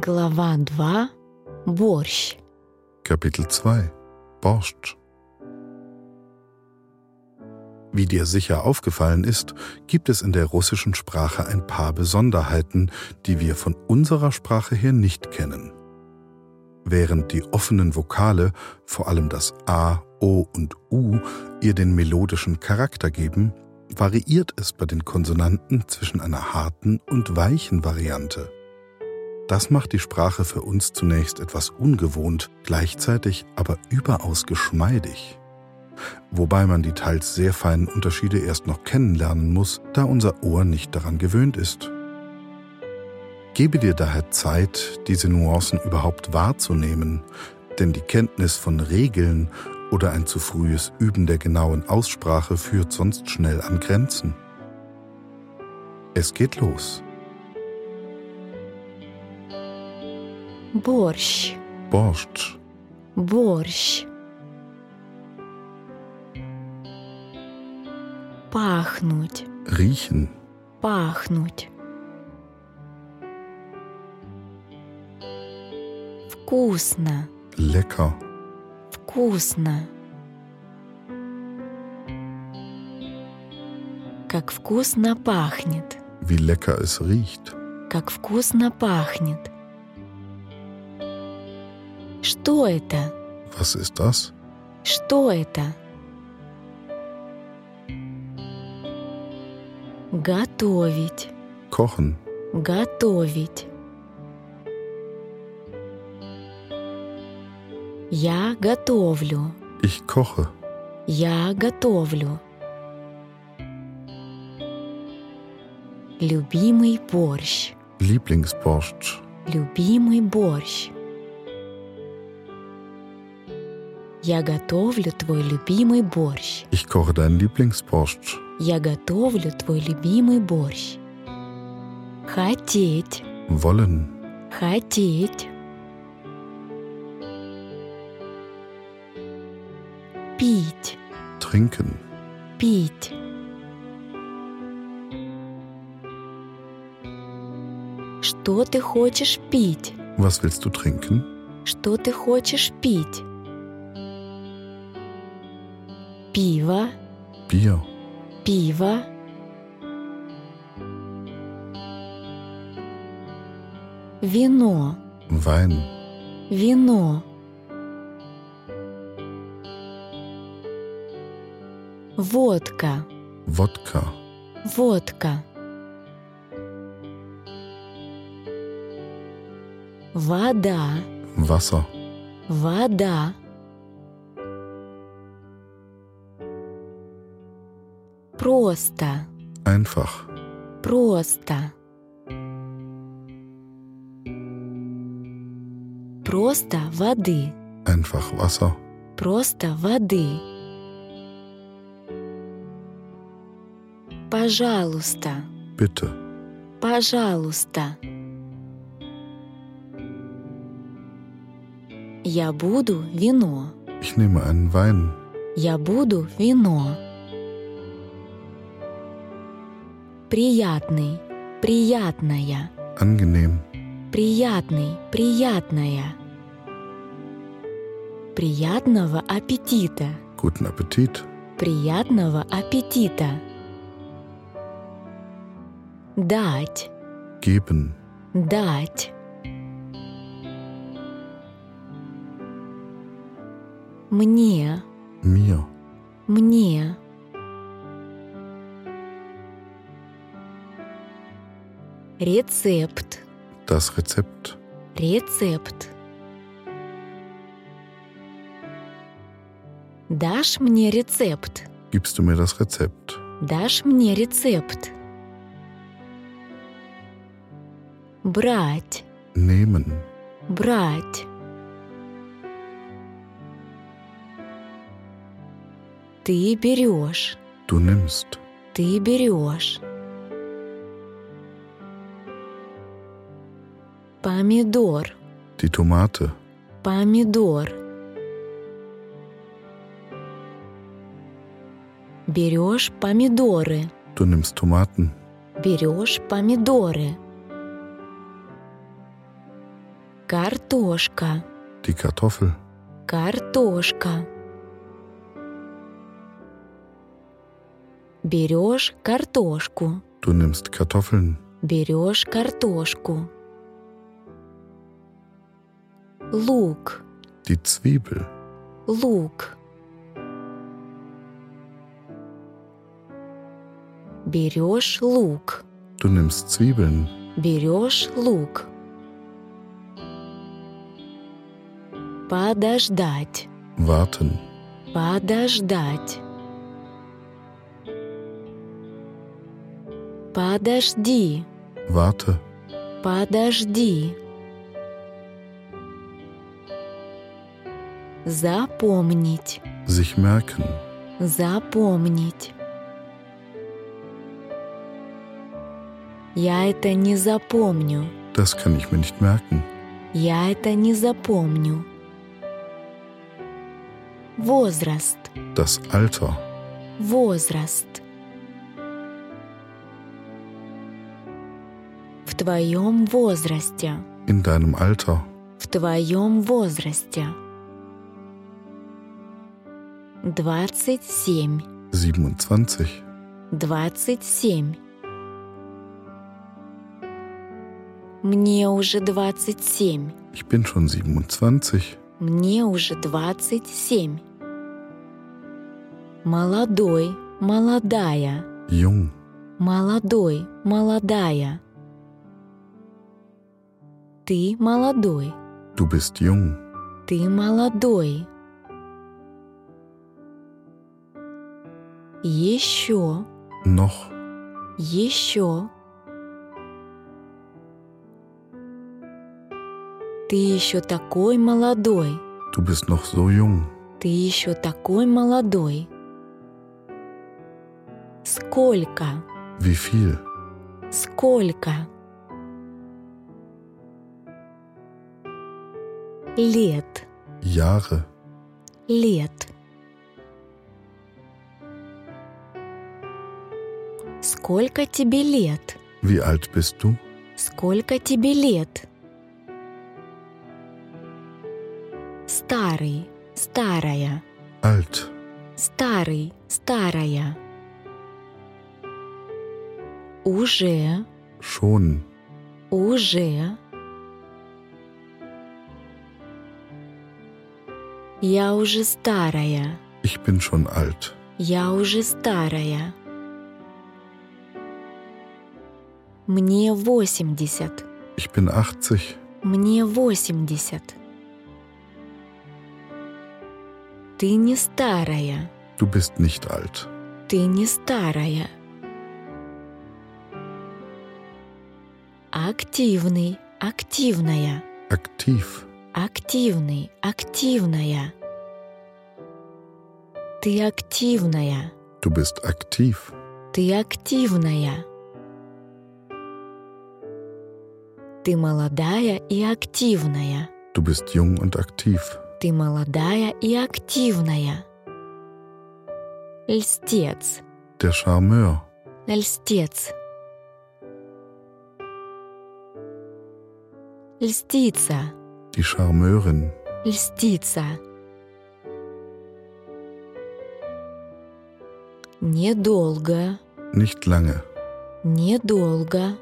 Глава 2. Борщ. Kapitel 2 Borsch Wie dir sicher aufgefallen ist, gibt es in der russischen Sprache ein paar Besonderheiten, die wir von unserer Sprache her nicht kennen. Während die offenen Vokale, vor allem das A, O und U, ihr den melodischen Charakter geben, variiert es bei den Konsonanten zwischen einer harten und weichen Variante. Das macht die Sprache für uns zunächst etwas ungewohnt, gleichzeitig aber überaus geschmeidig. Wobei man die teils sehr feinen Unterschiede erst noch kennenlernen muss, da unser Ohr nicht daran gewöhnt ist. Gebe dir daher Zeit, diese Nuancen überhaupt wahrzunehmen, denn die Kenntnis von Regeln oder ein zu frühes Üben der genauen Aussprache führt sonst schnell an Grenzen. Es geht los. Борщ. Borsch, Борщ. Пахнуть. riechen, Пахнуть. Вкусно. lecker, Вкусно. Как вкусно пахнет. wie lecker es riecht, Как вкусно пахнет. Что это? was ist das? Что это? Готовить, Kochen, готовить. Я готовлю, ich koche, я готовлю. Любимый борщ, Lieblingsborsch, любимый борщ. Я готовлю твой любимый борщ. ich koche deinen Lieblingsborsch, Я готовлю твой любимый борщ. Хотеть, wollen, хотеть. Пить, trinken, пить. Что ты хочешь пить? was willst du trinken? Что ты хочешь пить? Пиво, Bier, пиво. Вино, Wein, вино. Водка, Wodka, водка. Вода, Wasser, вода. Просто. einfach, Просто. Просто воды. einfach Wasser, Просто воды. Пожалуйста. bitte, Пожалуйста. Я буду вино. ich nehme einen Wein, Я буду вино. Приятный. Приятная. angenehm, Приятный, приятная. Приятного аппетита. guten Appetit, Приятного аппетита. Дать, geben, дать. Мне, mir, мне. Рецепт. das Rezept, Рецепт. Дашь мне рецепт. gibst du mir das Rezept, Дашь мне рецепт. Брать, nehmen, брать. Ты берешь, du nimmst, ты берешь. Помидор, die Tomate, Помидор. Берешь помидоры. du nimmst Tomaten, Берешь помидоры. картошка, die Kartoffel, картошка. Берешь картошку, du nimmst Kartoffeln, берешь картошку. Лук, die Zwiebel, лук. Берешь лук, du nimmst Zwiebeln, берешь лук. Подождать, warten, подождать. Подожди, warte, подожди. Запомнить, sich merken, запомнить. Я это не запомню. das kann ich mir nicht merken, Я это не запомню. Возраст, das Alter, возраст. В твоем возрасте, in deinem Alter, в твоем возрasте. 27, 27, 27. Мне уже 27. ich bin schon 27, Мне уже 27. Молодой, молодая, jung, молодой, молодая. Ты молодой, du bist jung, ты молодой. Еще, noch, еще. Ты еще такой молодой. du bist noch so jung, Ты еще такой молодой. Сколько? wie viel, Сколько? Лет, Jahre, лет. Сколько тебе лет? wie alt bist du, Сколько тебе лет? Старый, старая. alt, Старый, старая. Уже, schon, уже. Я уже старая, ich bin schon alt, я уже старая. Мне восемьдесят, ich bin 80, мне восемьдесят. Ты не старая. du bist nicht alt, Ты не старая. Активный, активная, aktiv, активный, активная. Ты активная, du bist aktiv, ты активная. Ты молодая и активная. du bist jung und aktiv, Ты молодая и активная. Льстец. der Charmeur, Льстец. Льстица, die Charmeurin, льстица. Недолго, nicht lange, недолго.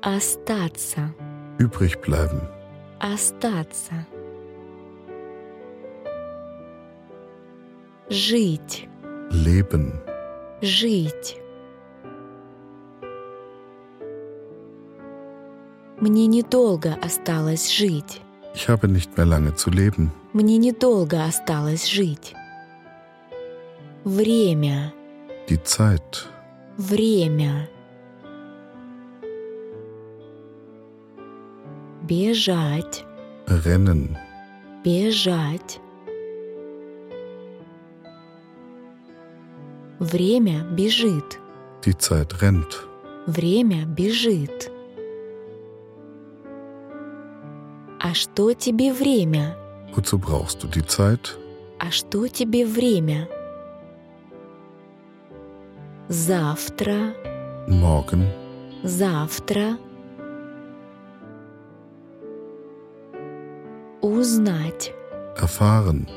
Остаться, übrig bleiben, остаться. Жить. leben, жить. Мне недолго осталось жить. ich habe nicht mehr lange zu leben, Мне недолго осталось жить. Время, die Zeit, время. Бежать, rennen, бежать. Время бежит. die Zeit rennt, Время бежит. А что тебе время? wozu brauchst du die Zeit? А что тебе время? Завтра, Morgen, завтра. Узнать. erfahren,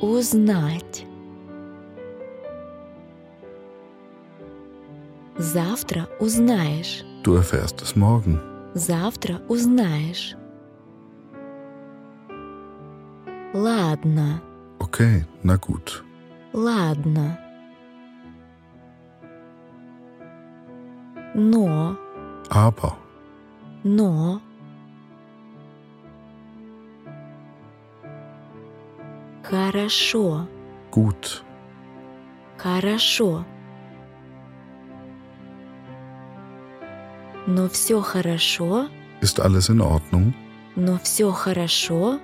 Узнать. Завтра узнаешь. du erfährst es morgen, Завтра узнаешь. Ладно, okay, na gut, ладно. Но, aber но. Хорошо, gut, хорошо. Но все хорошо, ist alles in Ordnung, но все хорошо.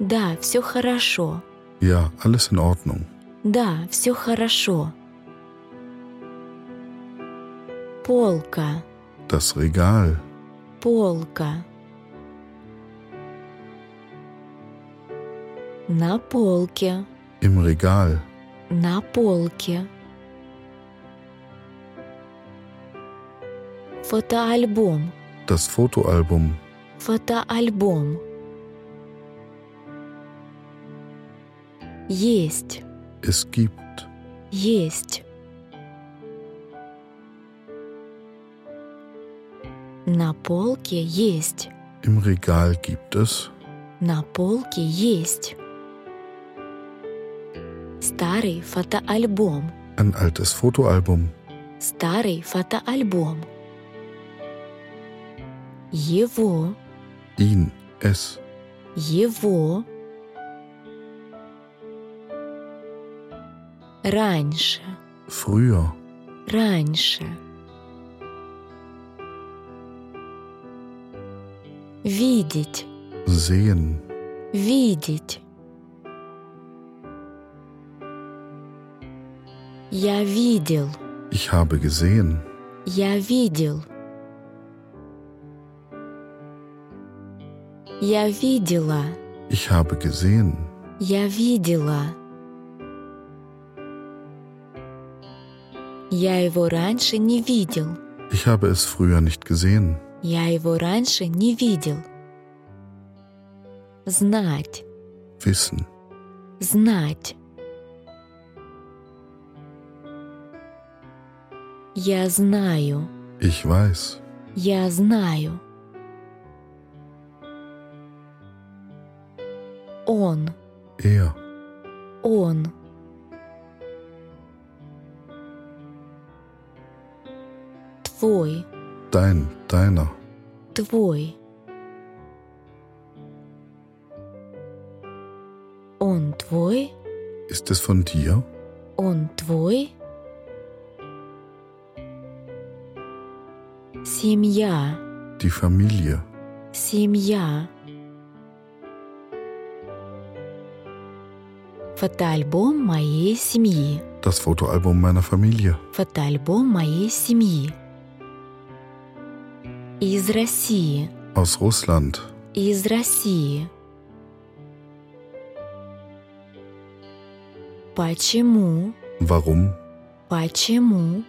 Да, все хорошо. ja, alles in Ordnung, Да, все хорошо. Полка, das Regal, полка. На полке, im Regal, на полке. Фотоальбом, das Fotoalbum, фотоальбом. Есть. es gibt, Есть. На полке есть. im Regal gibt es, На полке есть. Старый фотоальбом. ein altes Fotoalbum, Старый фотоальбом. Его. ihn, es, Его. Раньше. früher, Раньше. Видеть, sehen, видеть. Я видел, ich habe gesehen, я видел. Я видела, ich habe gesehen, я видела. Я его раньше не видел. ich habe es früher nicht gesehen, Я его раньше не видел. Знать, wissen, знать. Я знаю, ich weiß, я знаю. Он, er, он. Твой, dein, deiner, твой. Он твой, ist es von dir, он твой. Семья, die Familie, семья. Фотоальбом моей семьи. das Fotoalbum meiner Familie, Фотоальбом моей семьи. Из России. aus Russland, Из России. Почему? warum, Почему?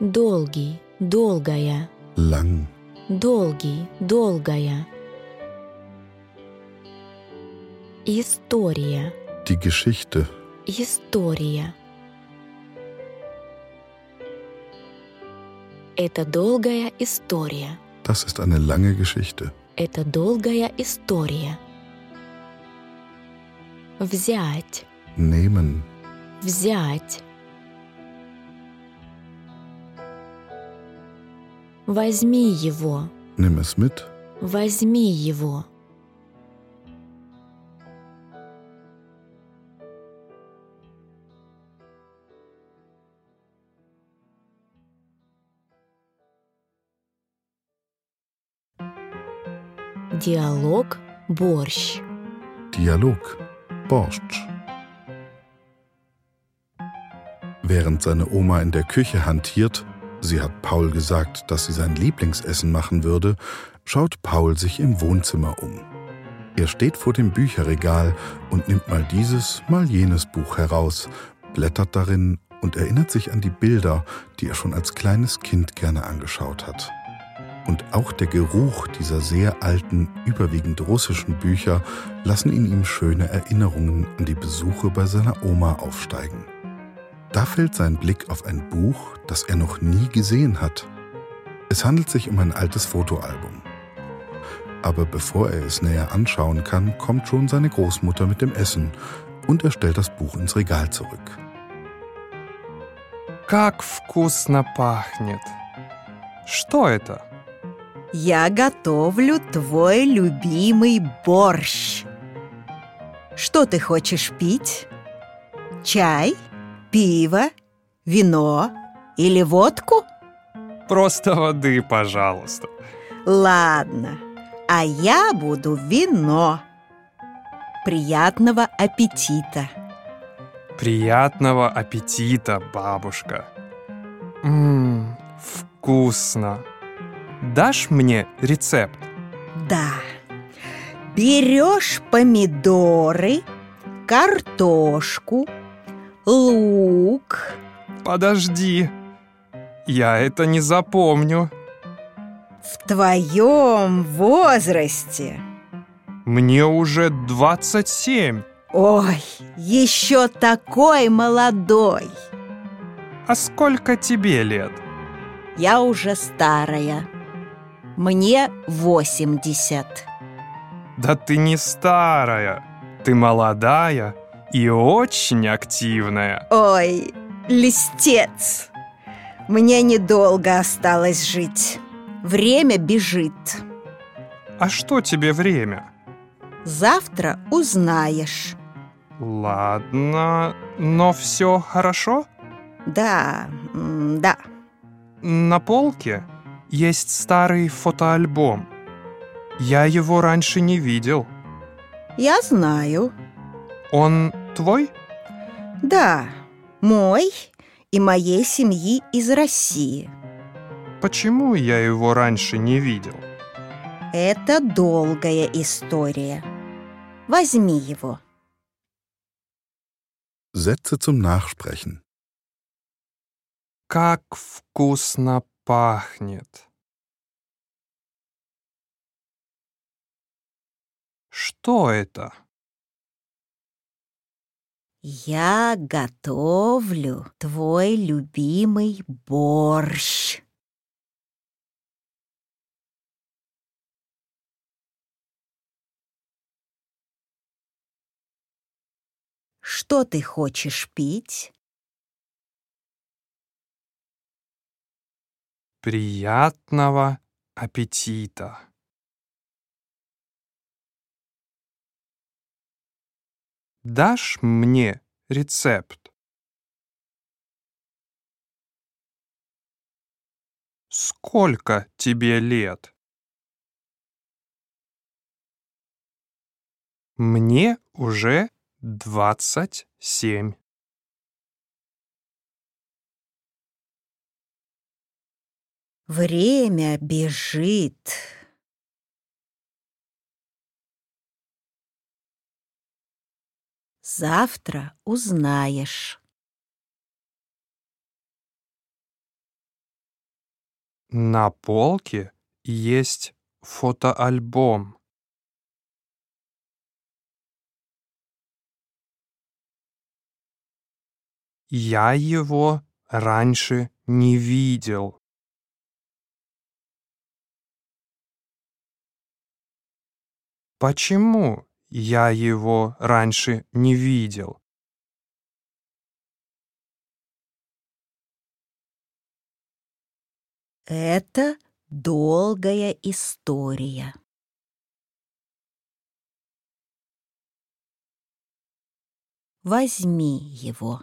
Долгий, долгая, lang, долгий, долгая. История, die Geschichte, история. Это долгая история. das ist eine lange Geschichte, Это долгая история. Взять, nehmen, взять. Возьми его, nimm es mit, возьми его. Диалог «Борщ». Dialog, Borsch. Während seine Oma in der Küche hantiert, sie hat Paul gesagt, dass sie sein Lieblingsessen machen würde, schaut Paul sich im Wohnzimmer um. Er steht vor dem Bücherregal und nimmt mal dieses, mal jenes Buch heraus, blättert darin und erinnert sich an die Bilder, die er schon als kleines Kind gerne angeschaut hat. Und auch der Geruch dieser sehr alten, überwiegend russischen Bücher lassen in ihm schöne Erinnerungen an die Besuche bei seiner Oma aufsteigen. Da fällt sein Blick auf ein Buch, das er noch nie gesehen hat. Es handelt sich um ein altes Fotoalbum. Aber bevor er es näher anschauen kann, kommt schon seine Großmutter mit dem Essen und er stellt das Buch ins Regal zurück. Как вкусно пахнет. Что это? Я готовлю твой любимый борщ. Что ты хочешь пить? Чай, пиво, вино или водку? Просто воды, пожалуйста. Ладно, а я буду вино. Приятного аппетита! Приятного аппетита, бабушка. Ммм, вкусно. Дашь мне рецепт? Да. Берешь помидоры, картошку, лук, Подожди. Я это не запомню. В твоем возрасте. Мне уже 27. Ой, еще такой молодой. А сколько тебе лет? Я уже старая. Мне 80. Да ты не старая. Ты молодая и очень активная. Ой, листец. Мне недолго осталось жить. Время бежит. А что тебе время? Завтра узнаешь. Ладно, но все хорошо? Да, м, да. На полке есть старый фотоальбом. Я его раньше не видел. Я знаю. Он твой? Да, мой и моей семьи из России. Почему я его раньше не видел? Это долгая история. Возьми его. Sätze zum Nachsprechen. Как вкусно пахнет. Что это? Я готовлю твой любимый борщ. Что ты хочешь пить? Приятного аппетита. Дашь мне рецепт? Сколько тебе лет? Мне уже двадцать семь. Время бежит. Завтра узнаешь. На полке есть фотоальбом. Я его раньше не видел. Почему я его раньше не видел? Это долгая история. Возьми его.